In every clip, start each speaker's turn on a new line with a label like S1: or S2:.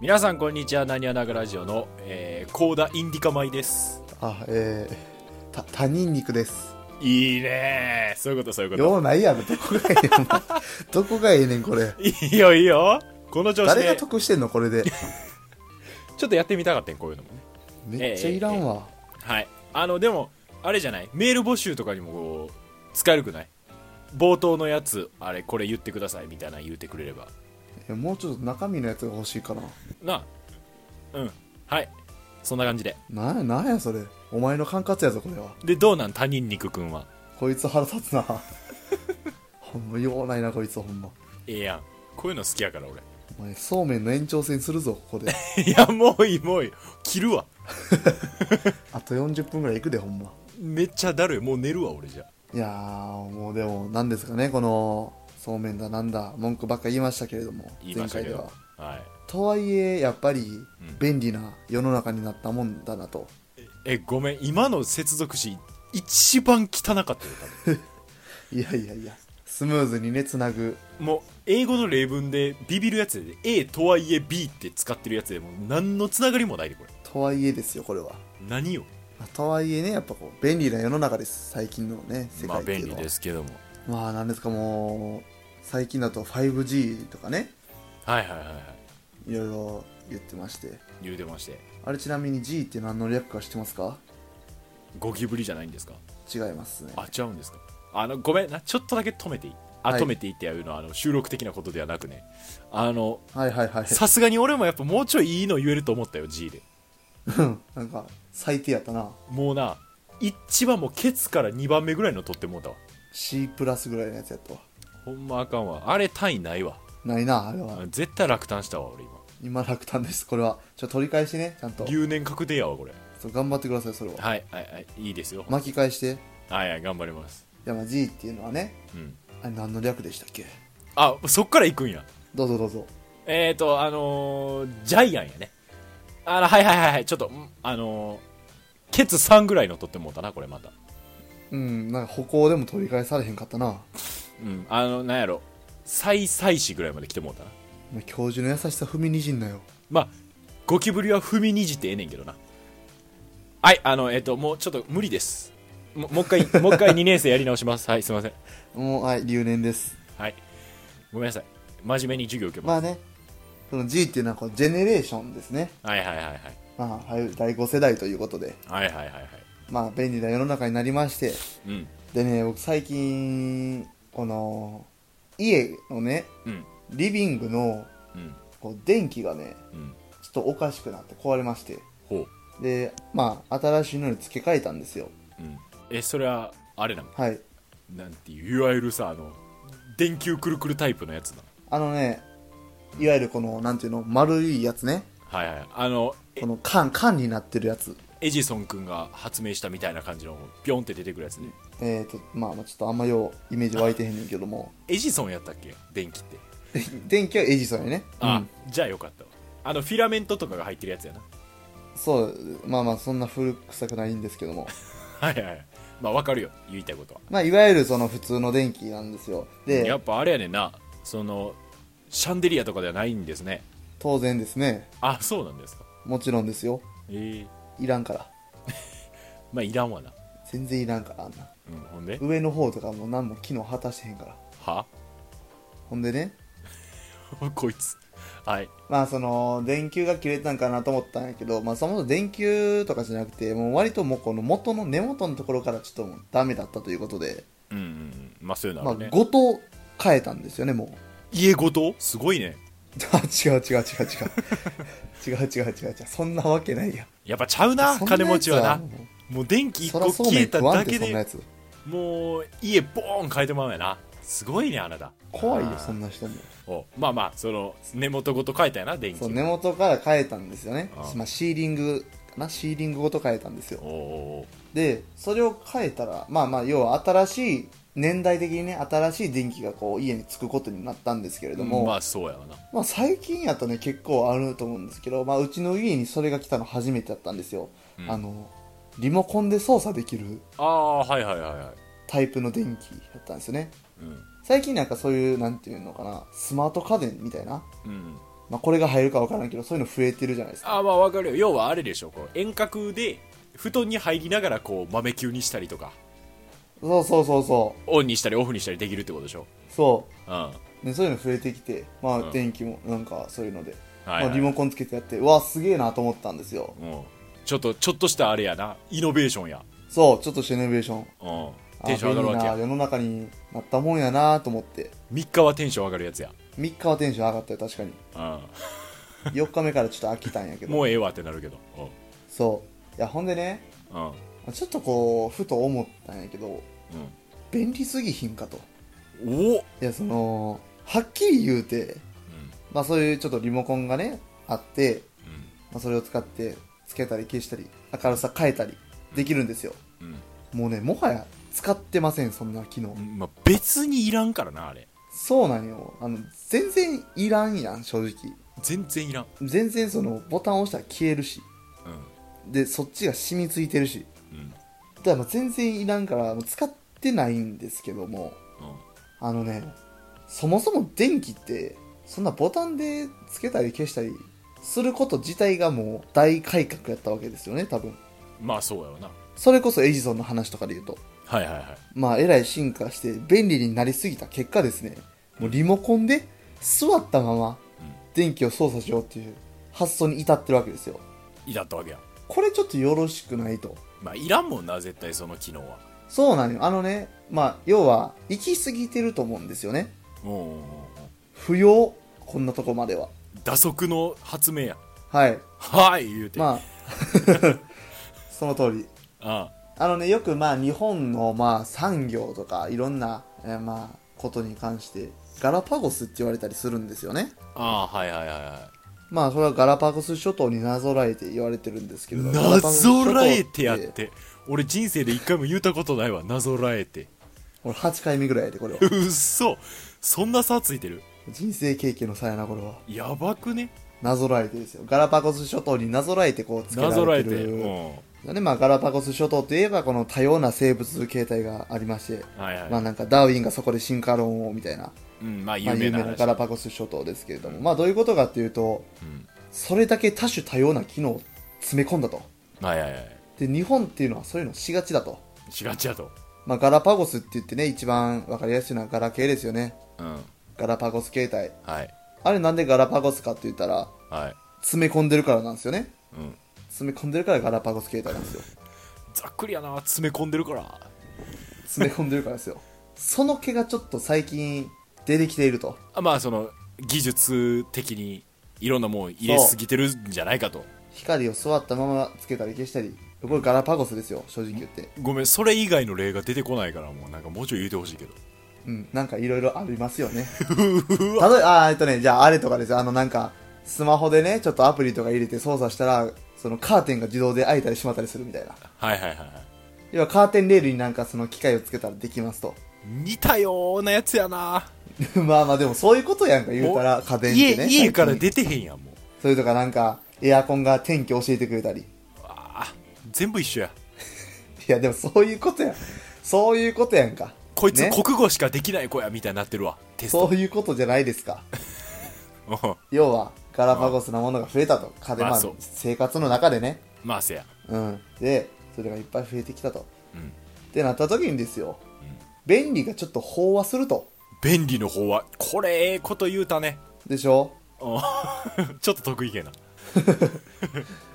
S1: 皆さんこんにちはなにわながラジオの、えー、コーダインディカ米です
S2: あ、えー、た、他人肉です。
S1: いいねーそういうことそういうこ
S2: ようないやろ、どこがええねん、お前 どこがええねん、これ。
S1: といいよいいよこの調子
S2: 誰が
S1: で
S2: 得してんの、これで。
S1: ちょっとやってみたかったんこういうのもね
S2: めっちゃいらんわ。
S1: はいあのでもあれじゃないメール募集とかにもこう使えるくない冒頭のやつあれこれ言ってくださいみたいなの言ってくれれば
S2: いやもうちょっと中身のやつが欲しいかな。
S1: なあうんはいそんな感じで
S2: なんや、なんや、それ。お前の管轄やぞ、これは。
S1: でどうなん他人肉くんは
S2: こいつ腹立つな。 ほんま、ようないな、こいつ、ほんま。
S1: ええやんこういうの好きやから俺
S2: お前、そうめんの延長戦するぞ、ここで。
S1: いやもういいもういい切るわ
S2: あと40分ぐらい行くで、ほんま。
S1: めっちゃだるいもう寝るわ俺じゃ
S2: いやー、もうでも、なんですかね、この、そうめんだなんだ、文句ばっか言いましたけれども、
S1: 言いま
S2: 前
S1: した
S2: 回
S1: け
S2: で
S1: ど
S2: は。
S1: はい
S2: とはいえやっぱり便利な世の中になったもんだなと、
S1: えごめん今の接続詞一番汚かったよ多
S2: いやいやいやスムーズにねつなぐ
S1: 分もう英語の例文でビビるやつで A とはいえ B って使ってるやつでもう何のつながりもないでこれ
S2: とはいえですよこれは
S1: 何よ
S2: まあとはいえねやっぱこう便利な世の中です最近のね世
S1: まあ
S2: 界って
S1: 便
S2: いうの
S1: 利
S2: は、
S1: ですけども
S2: まあ、なんですかもう最近だと 5G とかね
S1: はいはいはいはい
S2: いろいろ言ってまして
S1: 言うてまして
S2: あれちなみに G って何の略か知ってますか
S1: ゴキブリじゃないんですか
S2: 違いますね
S1: あ違うんですかあのごめんなちょっとだけ止めていいあ、
S2: はい
S1: 止めていいっていうのはあの収録的なことではなくねあの
S2: はいはいはい
S1: さすがに俺もやっぱもうちょいいいの言えると思ったよ G で
S2: うん なんか最低やったな
S1: もうな一番もうケツから2番目ぐらいの取ってもうたわ
S2: C プラスぐらいのやつやったわ
S1: ほんまあかんわあれ単位ないわ
S2: ないなあれは
S1: 絶対落胆したわ俺今
S2: 今落胆ですこれはちょっと取り返してねちゃんと
S1: 留年確定やわこれ
S2: そう頑張ってくださいそれは
S1: はいはいはいいいですよ
S2: 巻き返してい
S1: はいはい頑張ります
S2: やまあ G っていうのはね
S1: うん
S2: あれ何の略でしたっけ
S1: あそっから行くんや
S2: どうぞどうぞ
S1: えーとあのージャイアンやねあらはいはいはいはいちょっとんあのーケツ3ぐらいの取ってもうたなこれまた
S2: うんなんか歩行でも取り返されへんかったなも
S1: うんあのなんやろ最最子ぐらいまで来てもうたな
S2: う教授の優しさ踏みにじんなよ
S1: まあゴキブリは踏みにじってええねんけどなはいあのえっ、ともうちょっと無理ですももう一回もう一回2年生やり直しますはいすいません
S2: もうはい留年です
S1: はいごめんなさい真面目に授業受け
S2: ま
S1: ま
S2: あねその G っていうのはこうジェネレーションですね
S1: す、はいはいはいはい
S2: まあはい第5世代ということで
S1: はいはいはいはい
S2: まあ便利な世の中になりまして
S1: うん
S2: でね僕最近この家のね
S1: うん
S2: リビングの
S1: うん
S2: こう電気がね
S1: うん
S2: ちょっとおかしくなって壊れまして
S1: ほ
S2: でまあ新しいのに付け替えたんですよ
S1: う、うん、えそれはあれなの
S2: はい
S1: なんていういわゆるさあの電球くるくるタイプのやつなの
S2: あのねいわゆるこのなんていうの丸いやつね
S1: はいはいあのえ
S2: この缶缶になってるやつ
S1: エジソン君が発明したみたいな感じのピョンって出てくるやつね
S2: えっ、ー、とまあまあちょっとあんまようイメージ湧いてへんねんけども
S1: エジソンやったっけ電気って
S2: 電気はエジソンやね
S1: あ、
S2: うん、
S1: じゃあよかったわあのフィラメントとかが入ってるやつやな
S2: そうまあまあそんな古臭くないんですけども
S1: はいはいまあわかるよ言いたいことは
S2: まあいわゆるその普通の電気なんですよ
S1: や
S2: で
S1: っぱあれやねんなそのシャンデリアとかではないんですね
S2: 当然ですね
S1: あそうなんですか
S2: もちろんですよ
S1: ええ
S2: いらんから
S1: まあいらんわな、
S2: 全然いらんからあんな
S1: うん、ほんで
S2: 上の方とかも何も機能果たしてへんから
S1: は
S2: ほんでね
S1: こいつはい
S2: まあその電球が切れたんかなと思ったんやけど、まあ、そもそも電球とかじゃなくてもう割ともうこの元の根元のところからちょっともうダメだったということで、
S1: うんうんうんまあそういうの
S2: ま
S1: あ
S2: あ、
S1: るね、
S2: ごと変えたんですよねもう
S1: 家ごとすごいね
S2: あ違う違う違う違う違う違う違う違うそんなわけないや
S1: やっぱちゃうな
S2: そんなやつ
S1: 金持ちはな
S2: はも
S1: もう電気一
S2: そ
S1: 個
S2: らそう
S1: 消
S2: め
S1: え
S2: ん
S1: た
S2: 食わん
S1: だ
S2: て
S1: け
S2: そんなや
S1: で
S2: つ
S1: もう家ボーン変えてまうんやなすごいねあなた
S2: 怖い
S1: あ
S2: よ
S1: ー
S2: そんな人も
S1: おまあまあその根元ごと変えたやな電気
S2: そう根元から変えたんですよね
S1: あー
S2: まあ、シーリングかなシーリングごと変えたんですよ
S1: おお
S2: でそれを変えたらまあまあ要は新しい年代的にね新しい電気がこう家につくことになったんですけれども、
S1: ま
S2: まあ
S1: あそうやわな
S2: 最近やとね結構あると思うんですけど、まあ、うちの家にそれが来たの初めてだったんですよ、
S1: うん
S2: あのリモコンで操作できる
S1: ああはいはいはいはい
S2: タイプの電気だったんですよね
S1: うん
S2: 最近なんかそういうなんていうのかなスマート家電みたいな
S1: うん
S2: まあ、これが入るか分からんけどそういうの増えてるじゃないですか
S1: あまあわかるよ要はあれでしょこう遠隔で布団に入りながらこう豆球にしたりとか
S2: そうそうそうそ
S1: オンにしたりオフにしたりできるってことでしょ
S2: うそ
S1: うんは
S2: う、ね、そういうの増えてきてまあ
S1: ん
S2: 電気もなんかそういうので、
S1: い、はい
S2: まあ、リモコンつけてやってうわすげえなと思ったんですよ
S1: うん、ちょっとちょっとしたあれやなイノベーションや、
S2: そうちょっとしたイノベーション
S1: うん、
S2: あ
S1: テンション上がるわけ
S2: 便利
S1: や
S2: な世の中になったもんやなと思って
S1: 3日はテンション上がるやつや、
S2: 3日はテンション上がったよ 確かに
S1: う
S2: 4日目からちょっと飽きたんやけ
S1: ん、
S2: ど
S1: もうええわってなるけど
S2: そういやほんでね
S1: うんうん
S2: ちょっとこうふと思ったんやけど便利すぎひんかと
S1: うんおっ、
S2: いやそのはっきり言うて、
S1: うん
S2: まあ、そういうちょっとリモコンがねあって、
S1: うん
S2: まあ、それを使ってつけたり消したり明るさ変えたりできるんですよもうねもはや使ってませんそんな機能、
S1: うんまあ、別にいらんからなあれ
S2: そうなんよあの全然いらんやん正直
S1: 全然いらん、
S2: 全然そのボタン押したら消えるし
S1: う
S2: でそっちが染みついてるし
S1: んうん
S2: だからもう全然いらんからもう使ってないんですけども
S1: うん、
S2: あのねそもそも電気ってそんなボタンでつけたり消したりすること自体がもう大改革やったわけですよね多分
S1: まあそうやろな
S2: それこそエジソンの話とかで言うと
S1: はいはいはい
S2: まあえらい進化して便利になりすぎた結果ですねもうリモコンで座ったまま電気を操作しようっていう発想に至ってるわけですよ
S1: いだったわけや
S2: これちょっとよろしくないと
S1: まあいらんもんな絶対その機能は
S2: そうなのよあのねまあ要は行き過ぎてると思うんですよね
S1: うんうんうん
S2: 不要こんなとこまでは
S1: うん打足の発明や
S2: はい
S1: はい言うて、
S2: まあ その通り
S1: あ
S2: あのねよくまあ日本のまあ産業とかいろんな、えーまあことに関してガラパゴスって言われたりするんですよね
S1: ああーはいはいはいはい
S2: まあそれはガラパゴス諸島になぞらえて言われてるんですけれど
S1: なぞらえてやっ
S2: ガラパゴス諸
S1: て
S2: 島
S1: 俺人生で一回も言ったことないわなぞらえて
S2: 俺8回目ぐらいやで これは
S1: うっそそんな差ついてる
S2: 人生経験の差やなこれは
S1: やばくね
S2: なぞらえてですよガラパゴス諸島になぞらえてこうつけら
S1: なぞら
S2: れ
S1: え
S2: て
S1: て
S2: る
S1: うん
S2: でまあ、ガラパゴス諸島といえばこの多様な生物形態がありまして、
S1: はいはい、
S2: まあ、なんかダーウィンがそこで進化論をみたいな、
S1: うん、まあ
S2: まあ、
S1: 有名
S2: 有
S1: な
S2: 名
S1: 話、
S2: なガラパゴス諸島ですけれども、まあ、どういうことかっていうと
S1: う
S2: それだけ多種多様な機能を詰め込んだと
S1: ん、はいはいはい
S2: で日本っていうのはそういうのしがちだと、
S1: しがちやと
S2: まあ、ガラパゴスって言ってね一番わかりやすいのはガラ系ですよね
S1: うん
S2: ガラパゴス形態
S1: はい
S2: あれなんでガラパゴスかって言ったら
S1: はい
S2: 詰め込んでるからなんですよね
S1: うん
S2: 詰め込んでるからガラパゴス形態なんですよ
S1: ざっくりやな詰め込んでるから
S2: 詰め込んでるからですよその毛がちょっと最近出てきていると
S1: あまあその技術的にいろんなもん入れすぎてるんじゃないかと
S2: 光を座ったままつけたり消したりこれガラパゴスですよ正直言って
S1: ごめんそれ以外の例が出てこないからもうなんかもうちょい言うてほしいけど
S2: うんなんかいろいろありますよ ね例えばあーえっとねじゃああれとかですよあのなんかスマホでねちょっとアプリとか入れて操作したらそのカーテンが自動で開いたり閉まったりするみたいな
S1: はいはいはいはい
S2: 要はカーテンレールになんかその機械をつけたらできますと
S1: 似たようなやつやな
S2: まあまあでもそういうことやんか言うたら家電ってね
S1: 家家から
S2: 最近
S1: 出てへんやんもう
S2: それとかなんかエアコンが天気教えてくれたり
S1: ああ全部一緒や
S2: いやでもそういうことやんそういうことやんか
S1: こいつ
S2: ね
S1: 国語しかできない子やみたいになってるわテス ト
S2: そういうことじゃないですか
S1: うん
S2: 要はガラパゴスなものが増えたと家電、
S1: まあ
S2: まあ
S1: そう
S2: 生活の中でね
S1: まあせや
S2: うんでそれがいっぱい増えてきたと
S1: うん
S2: ってなった時にですよ、便利がちょっと飽和すると
S1: 便利の方はこれええこと言うたね
S2: でしょ
S1: うんちょっと得意げな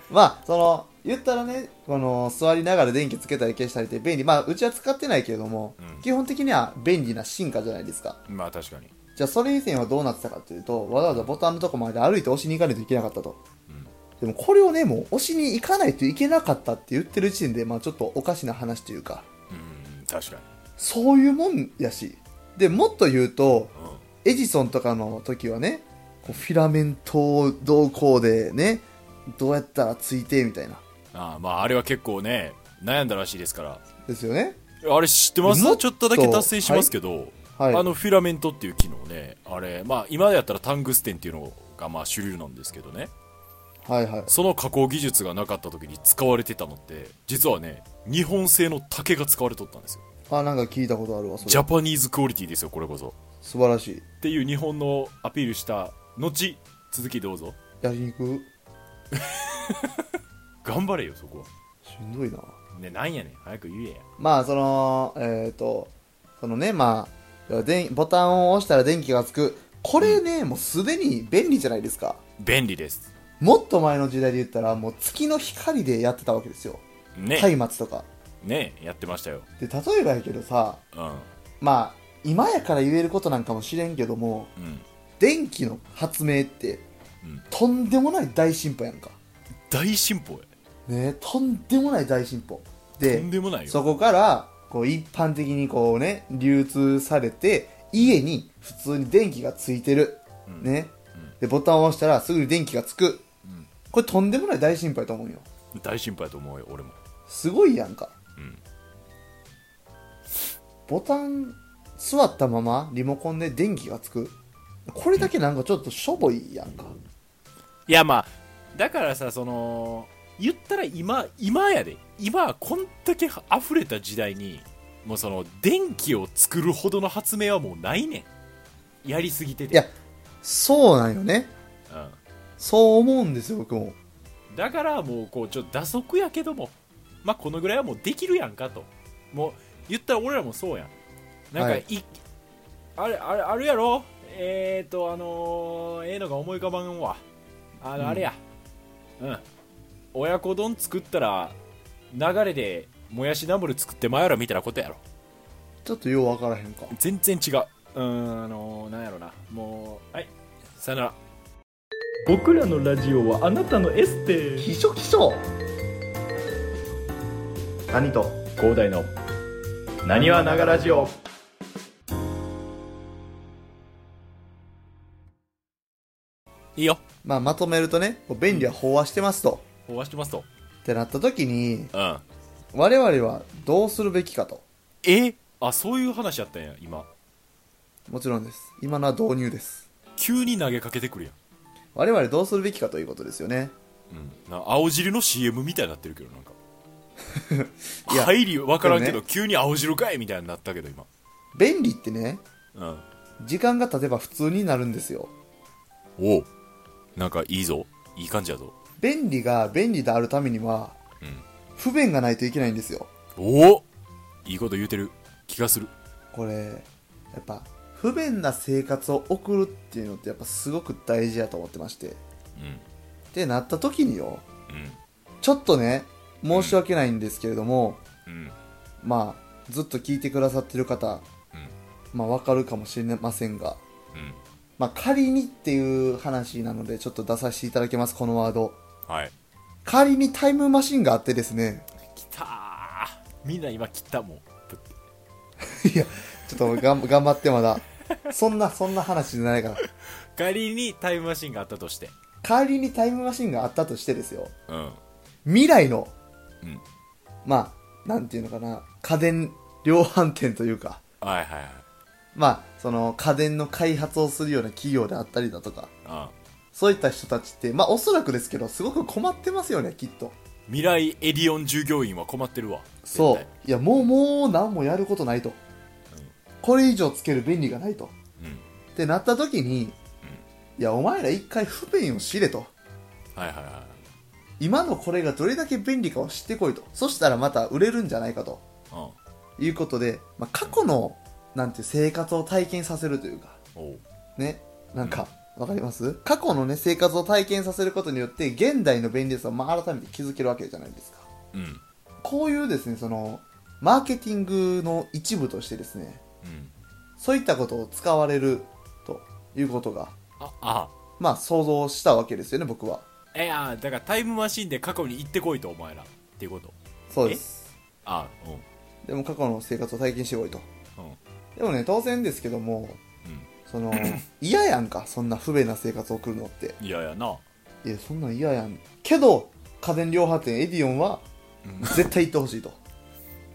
S2: まあその言ったらねこの座りながら電気つけたり消したりって便利まあうちは使ってないけれども、
S1: うん
S2: 基本的には便利な進化じゃないですか
S1: まあ確かに
S2: じゃあそれ以前はどうなってたかっていうとわざわざボタンのとこまで歩いて押しに行かないといけなかったと、
S1: うん
S2: でもこれをねもう押しに行かないといけなかったって言ってる時点で、まあ、ちょっとおかしな話というか
S1: うん確かに
S2: そういうもんやしでもっと言うと
S1: うん
S2: エジソンとかの時はねこうフィラメントをどうこうでねどうやったらついてみたいな
S1: ああまああれは結構ね悩んだらしいですから
S2: ですよね
S1: あれ知ってます
S2: もっと
S1: ちょっとだけ達成しますけど、
S2: はいはい
S1: あのフィラメントっていう機能ねあれまあ今やったらタングステンっていうのがまあ主流なんですけどね
S2: はいはい
S1: その加工技術がなかった時に使われてたのって実はね日本製の竹が使われとったんですよ
S2: あなんか聞いたことあるわそ
S1: ジ
S2: れ
S1: ャパニーズクオリティですよこれこそ
S2: 素晴らしい
S1: っていう日本のアピールした後続きどうぞ
S2: やりに行く
S1: 頑張れよそこ
S2: しんどいな
S1: はねなんやねん早く言えや
S2: まあそのえっ、とそのねまあ電ボタンを押したら電気がつくこれね、もうすでに便利じゃないですか
S1: 便利です
S2: もっと前の時代で言ったらもう月の光でやってたわけですよ
S1: ね、
S2: 松明とか
S1: ねやってましたよ
S2: で例えばやけどさ
S1: うん
S2: まあ今やから言えることなんかもしれんけども
S1: うん
S2: 電気の発明って
S1: うん
S2: とんでもない大進歩やんか
S1: 大進歩
S2: ねとんでもない大進歩
S1: や
S2: で
S1: とんでもないよ
S2: そこからこう一般的にこうね流通されて家に普通に電気がついてる、
S1: うん
S2: ね
S1: うん
S2: でボタンを押したらすぐに電気がつく
S1: うん
S2: これとんでもない大進歩やと思うよ
S1: 大心配やと思うよ俺も
S2: すごいやんか
S1: うん
S2: ボタン座ったままリモコンで電気がつくこれだけなんかちょっとしょぼいやんか
S1: いやまあだからさその言ったら今今やで今こんだけ溢れた時代にもうその電気を作るほどの発明はもうないねんやりすぎてて
S2: いやそうなんよね
S1: う
S2: そう思うんですよ僕も
S1: ん、だからもうこうちょっと打足やけどもまあこのぐらいはもうできるやんかともう言ったら俺らもそうやんなんか、、
S2: はい
S1: あれあれあるやろえっ、ー、とあのーええのが思い浮かばんわあの、
S2: うん
S1: あれやうん親子丼作ったら流れでもやしナムル作って前らみたいなことやろ
S2: ちょっとようわからへんか
S1: 全然違ううーんあのーなんやろなもうはいさよなら僕らのラジオはあなたのエステ
S2: ひしょきしょ何と
S1: 広大のなにわながラジオいいよ
S2: まあまとめるとねこう便利は飽和してますと
S1: 飽和してますと
S2: ってなった時に
S1: うん
S2: 我々はどうするべきかと
S1: えあそういう話やったんや今
S2: もちろんです今のは導入です
S1: 急に投げかけてくるや
S2: 我々どうするべきかということですよね
S1: ん、うん、な青汁の CM みたいになってるけどなん か
S2: いや
S1: 入り分からんけ
S2: で
S1: ど、
S2: も
S1: 急に青汁かいみたいになったけど今
S2: 便利ってね
S1: うん
S2: 時間が経てば普通になるんですよ
S1: おうなんかいいぞいい感じやぞ
S2: 便利が便利であるためには
S1: うん
S2: 不便がないといけないんですよ
S1: おおいいこと言うてる気がする
S2: これやっぱ不便な生活を送るっていうのってやっぱすごく大事やと思ってましてっ
S1: うん
S2: てなった時によ
S1: うん
S2: ちょっとね申し訳ないんですけれども、
S1: うん
S2: まあずっと聞いてくださってる方
S1: うん
S2: まあわかるかもしれませんが
S1: うん
S2: まあ仮にっていう話なのでちょっと出させていただきますこのワード
S1: はい
S2: 仮にタイムマシンがあってですね
S1: きたーみんな今切ったもんプッて
S2: いやちょっとがん頑張ってまだそんなそんな話じゃないから
S1: 仮にタイムマシンがあったとして
S2: 仮にタイムマシンがあったとしてですよ
S1: うん
S2: 未来の
S1: うん
S2: まあなんていうのかな家電量販店というか
S1: はいはいはい
S2: まあその家電の開発をするような企業であったりだとか
S1: あ
S2: そういった人たちってまあおそらくですけどすごく困ってますよねきっと
S1: 未来エディオン従業員は困ってるわ
S2: そ
S1: 絶
S2: ういやもうもう何もやることないと、これ以上つける便利がないと
S1: 対
S2: ってなった時に、いやお前ら一回不便を知れと
S1: うんはいはいは
S2: 今のこれがどれだけ便利かを知ってこいとそしたらまた売れるんじゃないかと
S1: い
S2: いうことで、まあ、過去のなんていう生活を体験させるというか
S1: うんおう
S2: ねなんか、わかります過去のね生活を体験させることによって現代の便利さをまあ改めて気づけるわけじゃないですか
S1: うん
S2: こういうですねそのマーケティングの一部としてですね
S1: うん
S2: そういったことを使われるということが
S1: ああ
S2: まあ想像したわけですよね僕は
S1: えあだからタイムマシンで過去に行ってこいとお前らっていうこと
S2: そうです
S1: あ
S2: でも過去の生活を体験してこいと
S1: うんうん
S2: でもね当然ですけども
S1: う
S2: その嫌やんかそんな不便な生活を送るのって
S1: んいやいやない
S2: やそんなん嫌やんけど家電量販店エディオンは
S1: うん
S2: 絶対行ってほしいと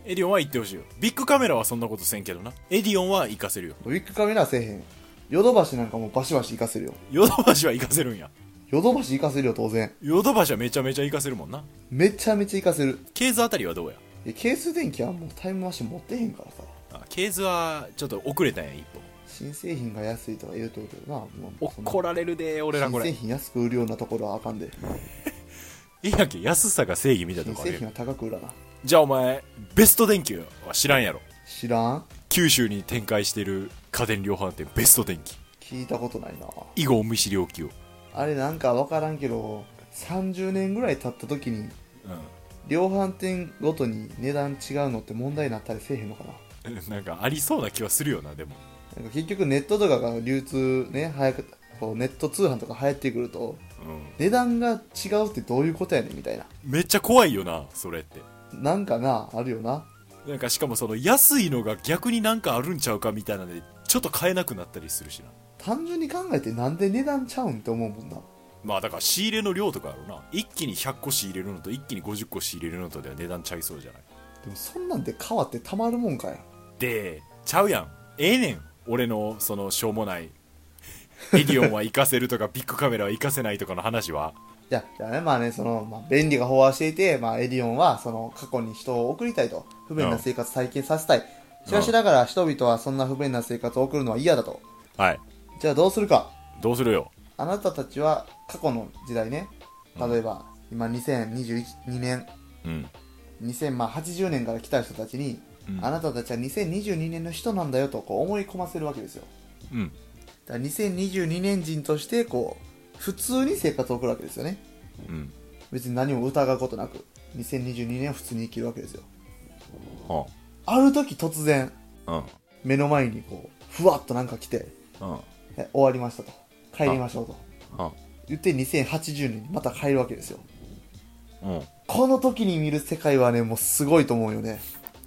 S1: エディオンは行ってほしいよビッグカメラはそんなことせんけどなエディオンは行かせるよ
S2: ビッグカメラはせえへんヨドバシなんかもうバシバシ行かせるよ
S1: ヨドバシは行かせるんや
S2: ヨドバシ行かせるよ当然
S1: ヨドバシはめちゃめちゃ行かせるもんな
S2: めちゃめちゃ行かせる
S1: ケーズあたりはどうや
S2: いやケース電気はもうタイムマシン持ってへんからさ
S1: あケーズはちょっと遅れたんや一歩
S2: 新製品が安いとか言うとるけどな、まあ、そんな
S1: 怒られるで俺らこ
S2: 新製
S1: れ
S2: 品安く売るようなところはあかんで
S1: いいやんけ安さが正義みたいな
S2: 新
S1: とこあ
S2: 製
S1: るや
S2: 品
S1: ん
S2: は高く売らな
S1: じゃあお前ベスト電球は知らんやろ
S2: 知らん
S1: 九州に展開している家電量販店ベスト電機
S2: 聞いたことないな
S1: 以後お見知りおきを、
S2: あれなんか分からんけど30年ぐらい経った時に
S1: う、
S2: 量販店ごとに値段違うのって問題になったりせえへんのかなん
S1: なん かありそうな気はするよなでも
S2: なんか結局ネットとかが流通ね早くこうネット通販とか流行ってくると
S1: う
S2: 値段が違うってどういうことやねんみたいなん
S1: めっちゃ怖いよなそれって
S2: なんかなあるよな
S1: なんかしかもその安いのが逆になんかあるんちゃうかみたいなのでちょっと買えなくなったりするしな
S2: 単純に考えてなんで値段ちゃうんって思うもんな
S1: まあだから仕入れの量とかやろな一気に100個仕入れるのと一気に50個仕入れるのとでは値段ちゃいそうじゃない
S2: でもそんなんで変わってたまるもんかや
S1: でちゃうやんええねん俺のそのしょうもないエディオンは活かせるとかビッグカメラは活かせないとかの話はい
S2: や、いやね、まあね、その、まあ、便利が飽和していて、まあ、エディオンは、その、過去に人を送りたいと。不便な生活を体験させたい。しかしながら、人々はそんな不便な生活を送るのは嫌だと。
S1: はい
S2: じゃあどうするか。
S1: どうするよ
S2: あなたたちは、過去の時代ね。例えば、今、2022年、
S1: うん
S2: 2080年から来た人たちに、
S1: うん
S2: あなたたちは2022年の人なんだよと、こう、思い込ませるわけですよ。
S1: うん
S2: だから、2022年人として、こう、普通に生活を送るわけですよね。
S1: うん
S2: 別に何も疑うことなく2022年を普通に生きるわけですよ
S1: は
S2: ある時突然
S1: あ
S2: 目の前にこうふわっとなんか来て
S1: うんうん
S2: え終わりましたと帰りましょうと
S1: は
S2: 言って2080年にまた帰るわけですよ
S1: うん
S2: この時に見る世界はねもうすごいと思うよね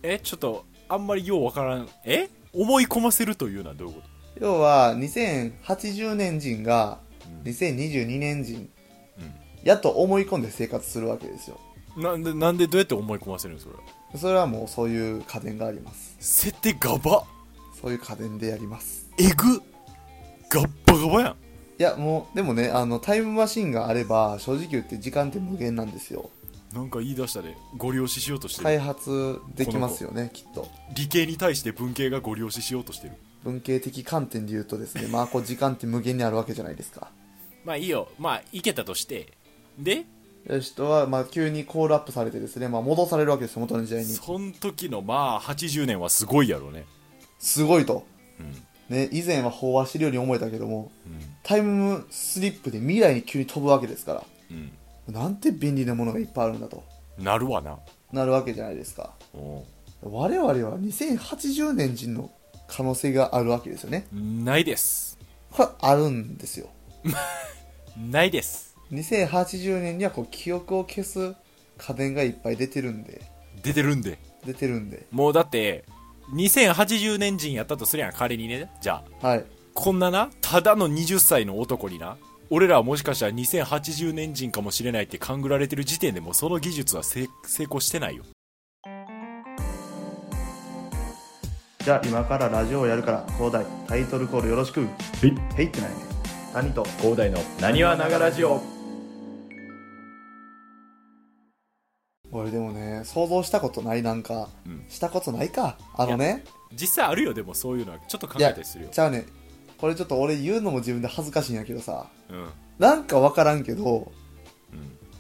S1: えちょっとあんまりようわからんえ思い込ませるというのはどういうこ
S2: 要は2080年人が
S1: うん
S2: 2022年人
S1: と、
S2: やと思い込んで生活するわけですよ
S1: うん、なんでなんでどうやって思い込ませるんそれは
S2: それはもうそういう家電があります
S1: 設定ガバ
S2: そういう家電でやります
S1: えぐガッバガバやん
S2: いやもうでもねあのタイムマシンがあれば正直言って時間って無限なんですよ
S1: なんか言い出したでご利用ししようとしてる、
S2: 開発できますよねきっと
S1: 理系に対して文系がご利用ししようとしてる
S2: 文系的観点で言うとですねまあこう時間って無限にあるわけじゃないですか
S1: まあいいよまあいけたとしてで
S2: で人はまあ急にコールアップされてですね、まあ、戻されるわけですよ元の時代に
S1: そん時のまあ80年はすごいやろね
S2: すごいと、
S1: うん
S2: ね、以前は飽和してるように思えたけども
S1: うん
S2: タイムスリップで未来に急に飛ぶわけですから
S1: う
S2: なんて便利なものがいっぱいあるんだと
S1: んなるわな
S2: なるわけじゃないですか
S1: お
S2: 我々は2080年人の可能性があるわけですよね
S1: うないです
S2: これあるんですよ
S1: ないです
S2: 2080年にはこう記憶を消す家電がいっぱい出てるんで
S1: 出てるんで
S2: 出てるんで
S1: もうだって2080年人やったとすりゃん仮にねじゃあ
S2: はい
S1: こんななただの20歳の男にな俺らはもしかしたら2080年人かもしれないって勘ぐられてる時点でもうその技術は成成功してないよ
S2: じゃあ今からラジオをやるから広大タイトルコールよろしく
S1: い
S2: へいってないね谷と
S1: 広大のなにわながラジオ
S2: 俺でもね想像したことないなんか、
S1: うん
S2: したことないかあのね
S1: 実際あるよでもそういうのはちょっと考えたりするよ
S2: ちゃうねこれちょっと俺言うのも自分で恥ずかしいんやけどさ
S1: うんうん
S2: なんかわからんけど、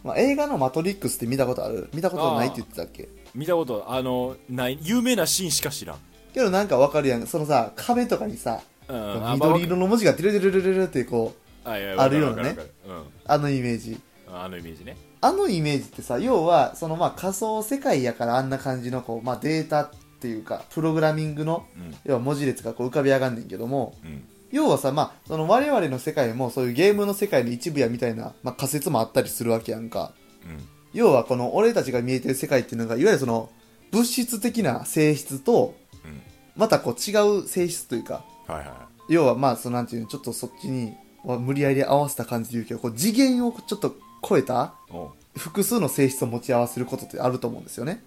S2: まあ、映画の「マトリックス」って見たことある見たことないって言ってたっけ
S1: 見たことあのない有名なシーンしか知らん、
S2: けどなんかわかるやんそのさ壁とかにさ
S1: うん、
S2: 緑色の文字がデルデルデルデルってこう
S1: あ,まあ、あいや
S2: あるようなね
S1: わかるわかるわか
S2: あのイメージ
S1: るうん、あのイメージね
S2: あのイメージってさ要はそのまあ仮想世界やからあんな感じのこう、まあ、データっていうかプログラミングの
S1: うん
S2: 要は文字列がこう浮かび上がんねんけども
S1: うん
S2: 要はさ、まあ、その我々の世界もそういうゲームの世界の一部やみたいな、まあ、仮説もあったりするわけやんか
S1: うん
S2: 要はこの俺たちが見えてる世界っていうのがいわゆるその物質的な性質と
S1: うん
S2: またこう違う性質というか
S1: はいは
S2: 要はまあそのなんていうのちょっとそっちには無理やり合わせた感じで言うけどこう次元をちょっと超えた
S1: いおう
S2: 複数の性質を持ち合わせることってあると思うんですよね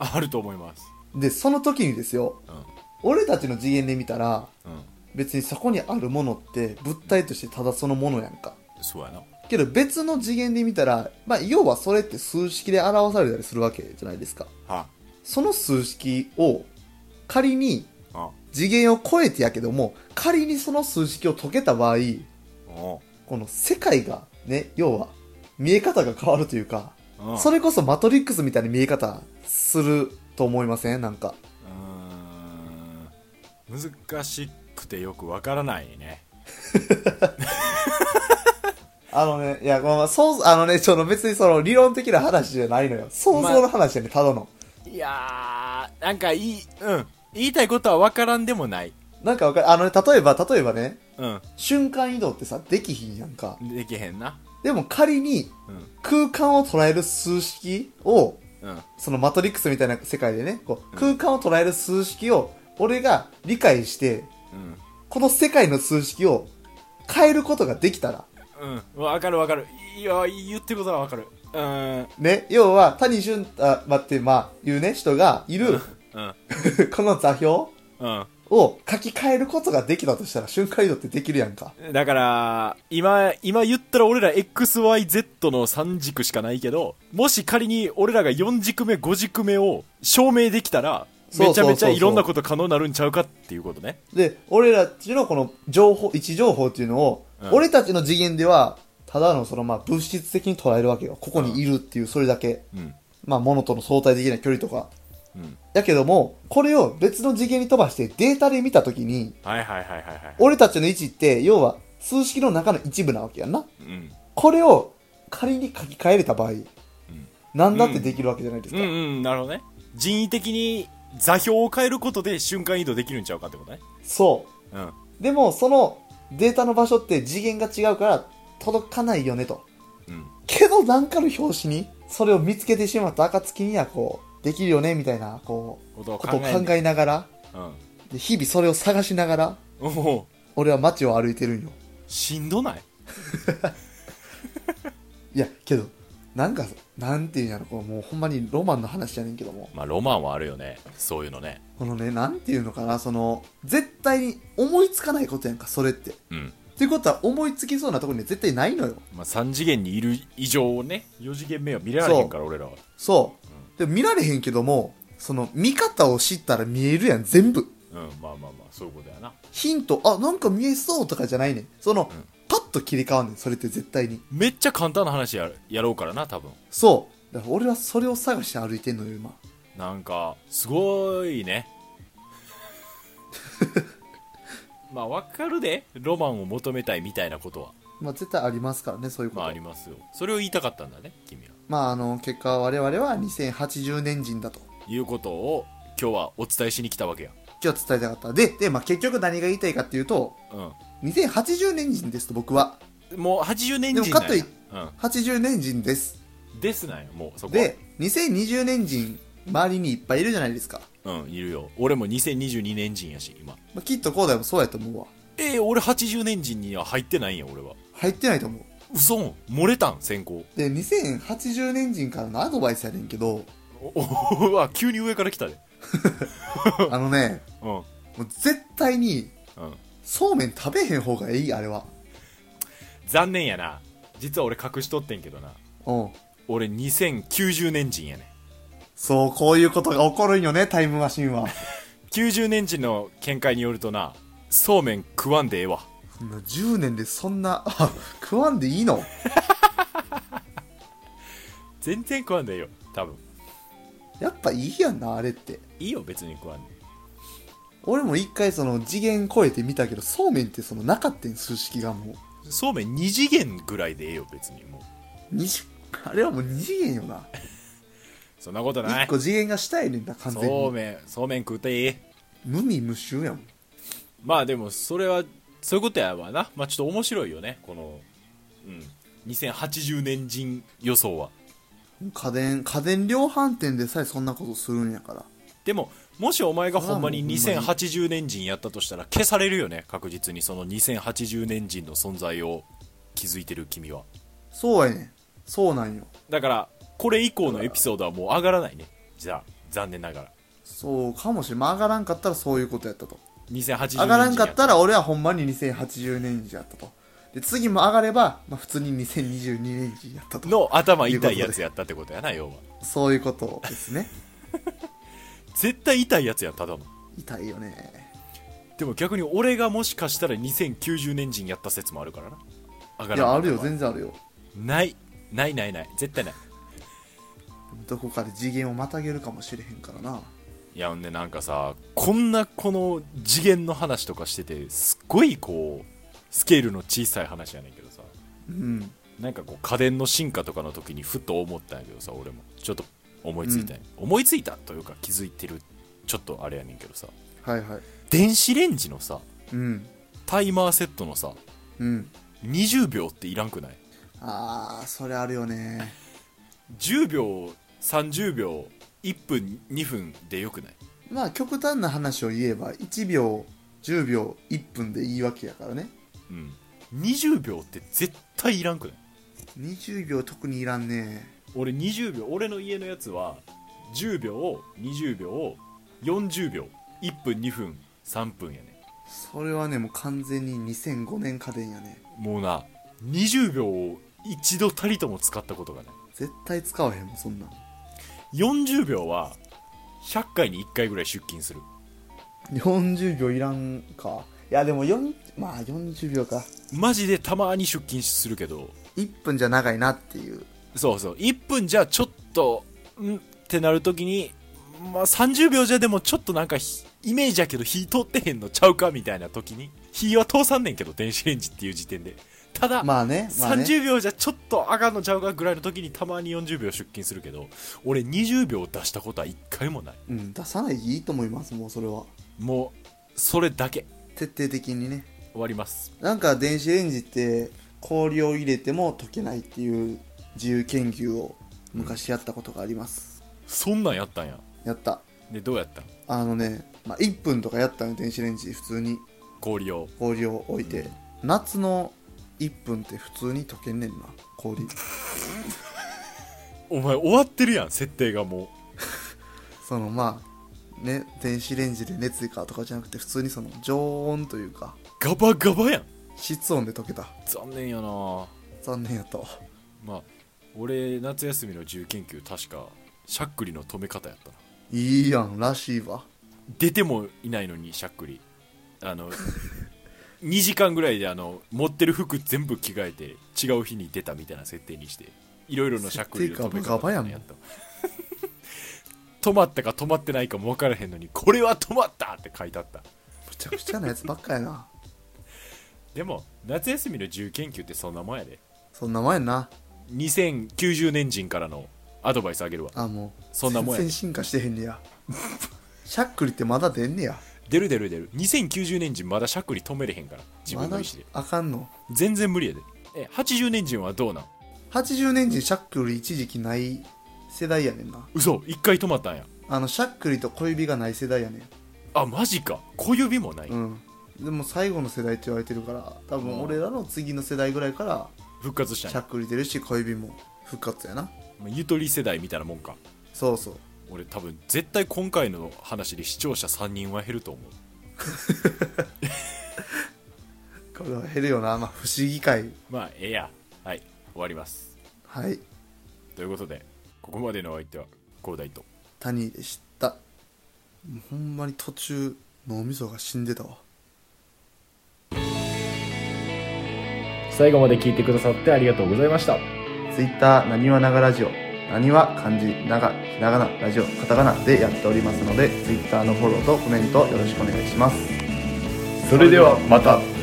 S1: ああると思います
S2: でその時にですよ
S1: う
S2: 俺たちの次元で見たら
S1: んうん
S2: 別にそこにあるものって物体としてただそのものやんか
S1: そうやな
S2: けど別の次元で見たら、まあ、要はそれって数式で表されたりするわけじゃないですか
S1: は
S2: その数式を仮に
S1: あ
S2: 次元を超えてやけども、仮にその数式を解けた場合、
S1: お
S2: この世界が、ね、要は、見え方が変わるというか、
S1: うんうん
S2: それこそマトリックスみたいな見え方すると思いませんなんか。
S1: うーん難しくてよくわからないね
S2: あのね、いや、まあ、そう、あのね、その別にその理論的な話じゃないのよ。想像の話やね、ただの。
S1: いやーなんかいいうん言いたいことはわからんでもない
S2: なんかわかる、あのね、例えば、例えばね、
S1: うん
S2: 瞬間移動ってさ、できひんやんか。
S1: できへんな
S2: でも仮に
S1: うん
S2: 空間を捉える数式を、
S1: うん
S2: そのマトリックスみたいな世界でね、こう、
S1: う
S2: 空間を捉える数式を、俺が理解して、
S1: うん
S2: この世界の数式を変えることができたら、
S1: うんわかるわかるいや言ってることはわかるうーん
S2: ね、要は、谷俊、あ、待って、まあ、いうね、人がいる、
S1: うん
S2: この座標
S1: うん
S2: を書き換えることができたとしたら、瞬間移動ってできるやんか。
S1: だから今今言ったら俺ら XYZ の3軸しかないけどもし仮に俺らが4軸目5軸目を証明できたら
S2: そうそ
S1: め
S2: う
S1: ち
S2: そ
S1: ゃ
S2: うそう
S1: めちゃいろんなこと可能になるんちゃうかっていうことね
S2: で、俺らっていうのはこの情報、位置情報っていうのを、
S1: うん
S2: 俺たちの次元では、ただのそのまあ物質的に捉えるわけよ。ここにいるっていう、それだけ。
S1: うん
S2: まあ物との相対的な距離とか。
S1: うん
S2: やけども、これを別の次元に飛ばしてデータで見たときに、
S1: はいはいはいはいはい
S2: 俺たちの位置って、要は数式の中の一部なわけやんな。
S1: うん
S2: これを仮に書き換えれた場合、なんだってできるわけじゃないです
S1: う
S2: か。
S1: んうんなるほどね人為的に座標を変えることで瞬間移動できるんちゃうかってことね
S2: そ
S1: うん
S2: う。でも、そのデータの場所って次元が違うから届かないよねと。
S1: うん
S2: けど、なんかの表紙に、それを見つけてしまった暁には、こう、できるよね、みたいな、こう、
S1: ことを
S2: こ
S1: 考
S2: とを考
S1: えんね
S2: えながら、
S1: うん
S2: で日々それを探しながら、
S1: おお
S2: 俺は街を歩いてるんよ。
S1: しんどない
S2: いや、けど、なんか、なんていうんやろ、こうもうほんまにロマンの話やねんけども、
S1: まあロマンはあるよねそういうのね
S2: このね、なんていうのかな、その、絶対に思いつかないことやんか、それって。
S1: うん
S2: っていうことは、思いつきそうなところには絶対ないのよ。
S1: まあ、3次元にいる以上ね4次元目は見られへんから俺らは
S2: そう。でも見られへんけども、その、見方を知ったら見えるやん、全部。
S1: うんまあまあまあそういうことやな
S2: ヒント、あ、なんか見えそうとかじゃないねん。その、
S1: うん
S2: パッと切り替わんねん、それって絶対に。
S1: めっちゃ簡単な話ややろうからな多分
S2: そう。だから俺はそれを探して歩いてんのよ、今。
S1: なんかすごい ねまあわかるでロマンを求めたいみたいなことは
S2: まあ、絶対ありますからね、そういうこと。
S1: まあありますよそれを言いたかったんだね君は
S2: まあ、あの、結果、我々は2080年人だと。
S1: いうことを今日はお伝えしに来たわけや
S2: 今日伝えたかった。で、で、まあ、結局何が言いたいかっていうと、
S1: う
S2: 2080年人ですと、僕は。
S1: んもう80年人なん
S2: でも
S1: や
S2: かとい80年人です。
S1: うん、ですなんやもうそこは
S2: で、2020年人、周りにいっぱいいるじゃないですか。
S1: うんいるよ俺も2022年人やし今
S2: まあ、きっとこうだよもそうやと思うわ。
S1: えー、俺80年人には入ってないんや俺は
S2: 入ってないと思う。
S1: 嘘ん漏れたん先行
S2: で、2080年人からのアドバイスやねんけ ど、
S1: おおうわ急に上から来たで
S2: あのね、
S1: うん
S2: もう絶対に、
S1: うん
S2: そうめん食べへん方がいい、あれは。
S1: 残念やな実は俺隠しとってんけどな
S2: うん。
S1: 俺2090年人やね
S2: そう、こういうことが起こるんよね、タイムマシン は。
S1: ん90年人の見解によるとなそうめん食わんでええわ
S2: そんな10年でそんな、あ 食わんでいいの
S1: 全然食わんでええよ多分
S2: やっぱいいやんな、あれって。
S1: いいよ別に食わんで
S2: 俺も一回その次元超えて見たけど、そうめんってそのなかったん、数式がも
S1: そうめん2次元ぐらいでええよ別にもう
S2: う。二次あれはもう二次元よな。
S1: そんなことない
S2: 一個次元がしたいねんな、完全
S1: そう
S2: に。
S1: めんそうめん食うてええ
S2: 無味無臭やもん。
S1: まあでもそれはそういうことやわなまあちょっと面白いよねこのうん2080年人予想は
S2: 家電、家電量販店でさえそんなことするんやから。
S1: でももしお前がほんまに
S2: それはもうほんま
S1: 2080年人やったとしたら消されるよね確実にその2080年人の存在を気づいてる君は
S2: そうやねん。そうなんよ。
S1: だからこれ以降のエピソードはもう上がらないねじゃあ残念ながら
S2: そうかもしれん。まあ上がらんかったらそういうことやったと。
S1: 2080年人
S2: 上がらんかった
S1: ら
S2: ら俺はほんまに2080年時やったと。で、次も上がれば、まあ普通に2022年時やったと。
S1: の頭痛いやつやったってことやな要は
S2: そういうことですね。
S1: 絶対痛いやつやんただの
S2: 痛いよね。
S1: でも逆に俺がもしかしたら2090年人やった説もあるからな上が
S2: い
S1: らん
S2: やあるよ全然あるよ
S1: ないないないない絶対ない
S2: どこかで次元をまたげるかもしれへんからない
S1: やほんでなんかさこんなこの次元の話とかしててすっごいこうスケールの小さい話やねんけどさ
S2: うん
S1: なんかこう家電の進化とかの時にふと思ったんやけどさ俺もちょっと思いついたんや、思いついたというか気づいてるちょっとあれやねんけどさ
S2: はいはい
S1: 電子レンジのさ
S2: うん
S1: タイマーセットのさ
S2: うん
S1: 20秒っていらんくない
S2: ああそれあるよね
S1: 10秒30秒1分2分でよくない
S2: まあ極端な話を言えば1秒10秒1分でいいわけやからね
S1: うん20秒って絶対いらんくない
S2: 20秒特にいらんね
S1: 俺20秒俺の家のやつは10秒20秒40秒1分2分3分やね
S2: それはねもう完全に2005年家電やね
S1: もうな20秒を一度たりとも使ったことがない
S2: 絶対使わへんもんそんなん
S1: 40秒は100回に1回ぐらい出勤する
S2: 40秒いらんかいやでも4まあ40秒か
S1: マジでたまに出勤するけど
S2: 1分じゃ長いなっていう
S1: そうそう1分じゃちょっとんってなるときに、まあ、30秒じゃでもちょっとなんかひイメージやけど火通ってへんのちゃうかみたいなときに火は通さんねんけど電子レンジっていう時点でただ、
S2: まあね,、まあ、ね
S1: 30秒じゃちょっと上がんのちゃうかぐらいの時にたまに40秒出勤するけど俺20秒出したことは1回もない
S2: うん、出さないでいいと思いますもうそれは
S1: もうそれだけ
S2: 徹底的にね
S1: 終わります
S2: なんか電子レンジって氷を入れても溶けないっていう自由研究を昔やったことがあります、
S1: そんなんやったんや
S2: やった
S1: でどうやったん
S2: あのね、まあ、1分とかやったの電子レンジ普通に
S1: 氷を
S2: 氷を置いて、夏の1分って普通に溶けんねんな氷
S1: お前終わってるやん設定がも
S2: そのまあね電子レンジで熱いからとかじゃなくて普通にその常温というか
S1: うガバガバやん
S2: 室温で溶けた
S1: 残念やな
S2: 残念やったわ
S1: まあ俺夏休みの自由研究確かしゃっくりの止め方やったない
S2: いやんらしいわ
S1: 出てもいないのにしゃっくりあの2時間ぐらいであの持ってる服全部着替えて違う日に出たみたいな設定にしていろいろなしゃっくりの止め
S2: 設定ガ
S1: 方
S2: バガバやん
S1: やった止まったか止まってないかも分からへんのにこれは止まったって書いてあった
S2: むちゃくちゃなやつばっかやな
S1: でも夏休みの自由研究ってそんなもんやで
S2: そんなもんやんな
S1: 2090年人からのアドバイスあげるわ
S2: あもう
S1: そんなもんや
S2: 全然進化してへんねやしゃっくりってまだ出んねや
S1: 出る出る出る2090年人まだしゃっくり止めれへんから自分の意思で
S2: まだあかんの
S1: 全然無理やでえ80年人はどうなん
S2: 80年時しゃっくり一時期ない世代やねんな
S1: 嘘一回止まったんや
S2: あのしゃっくりと小指がない世代やねん
S1: あマジか小指もない、
S2: うんでも最後の世代って言われてるから多分俺らの次の世代ぐらいから
S1: 復活したん
S2: しゃ
S1: や
S2: っくり出るし小指も復活やな
S1: まあゆとり世代みたいなもんか
S2: そうそう
S1: 俺多分絶対今回の話で視聴者3人は減ると思う
S2: これは減るよな、まあ、不思議界
S1: まあええやはい終わります
S2: はい
S1: ということでここまでのお相手は広大と
S2: タニーでしたもうほんまに途中脳みそが死んでたわ
S1: 最後まで聞いてくださってありがとうございました
S2: ツイッターなにわながラジオなにわ漢字ながひらがなラジオカタカナでやっておりますのでツイッターのフォローとコメントよろしくお願いします
S1: それではまた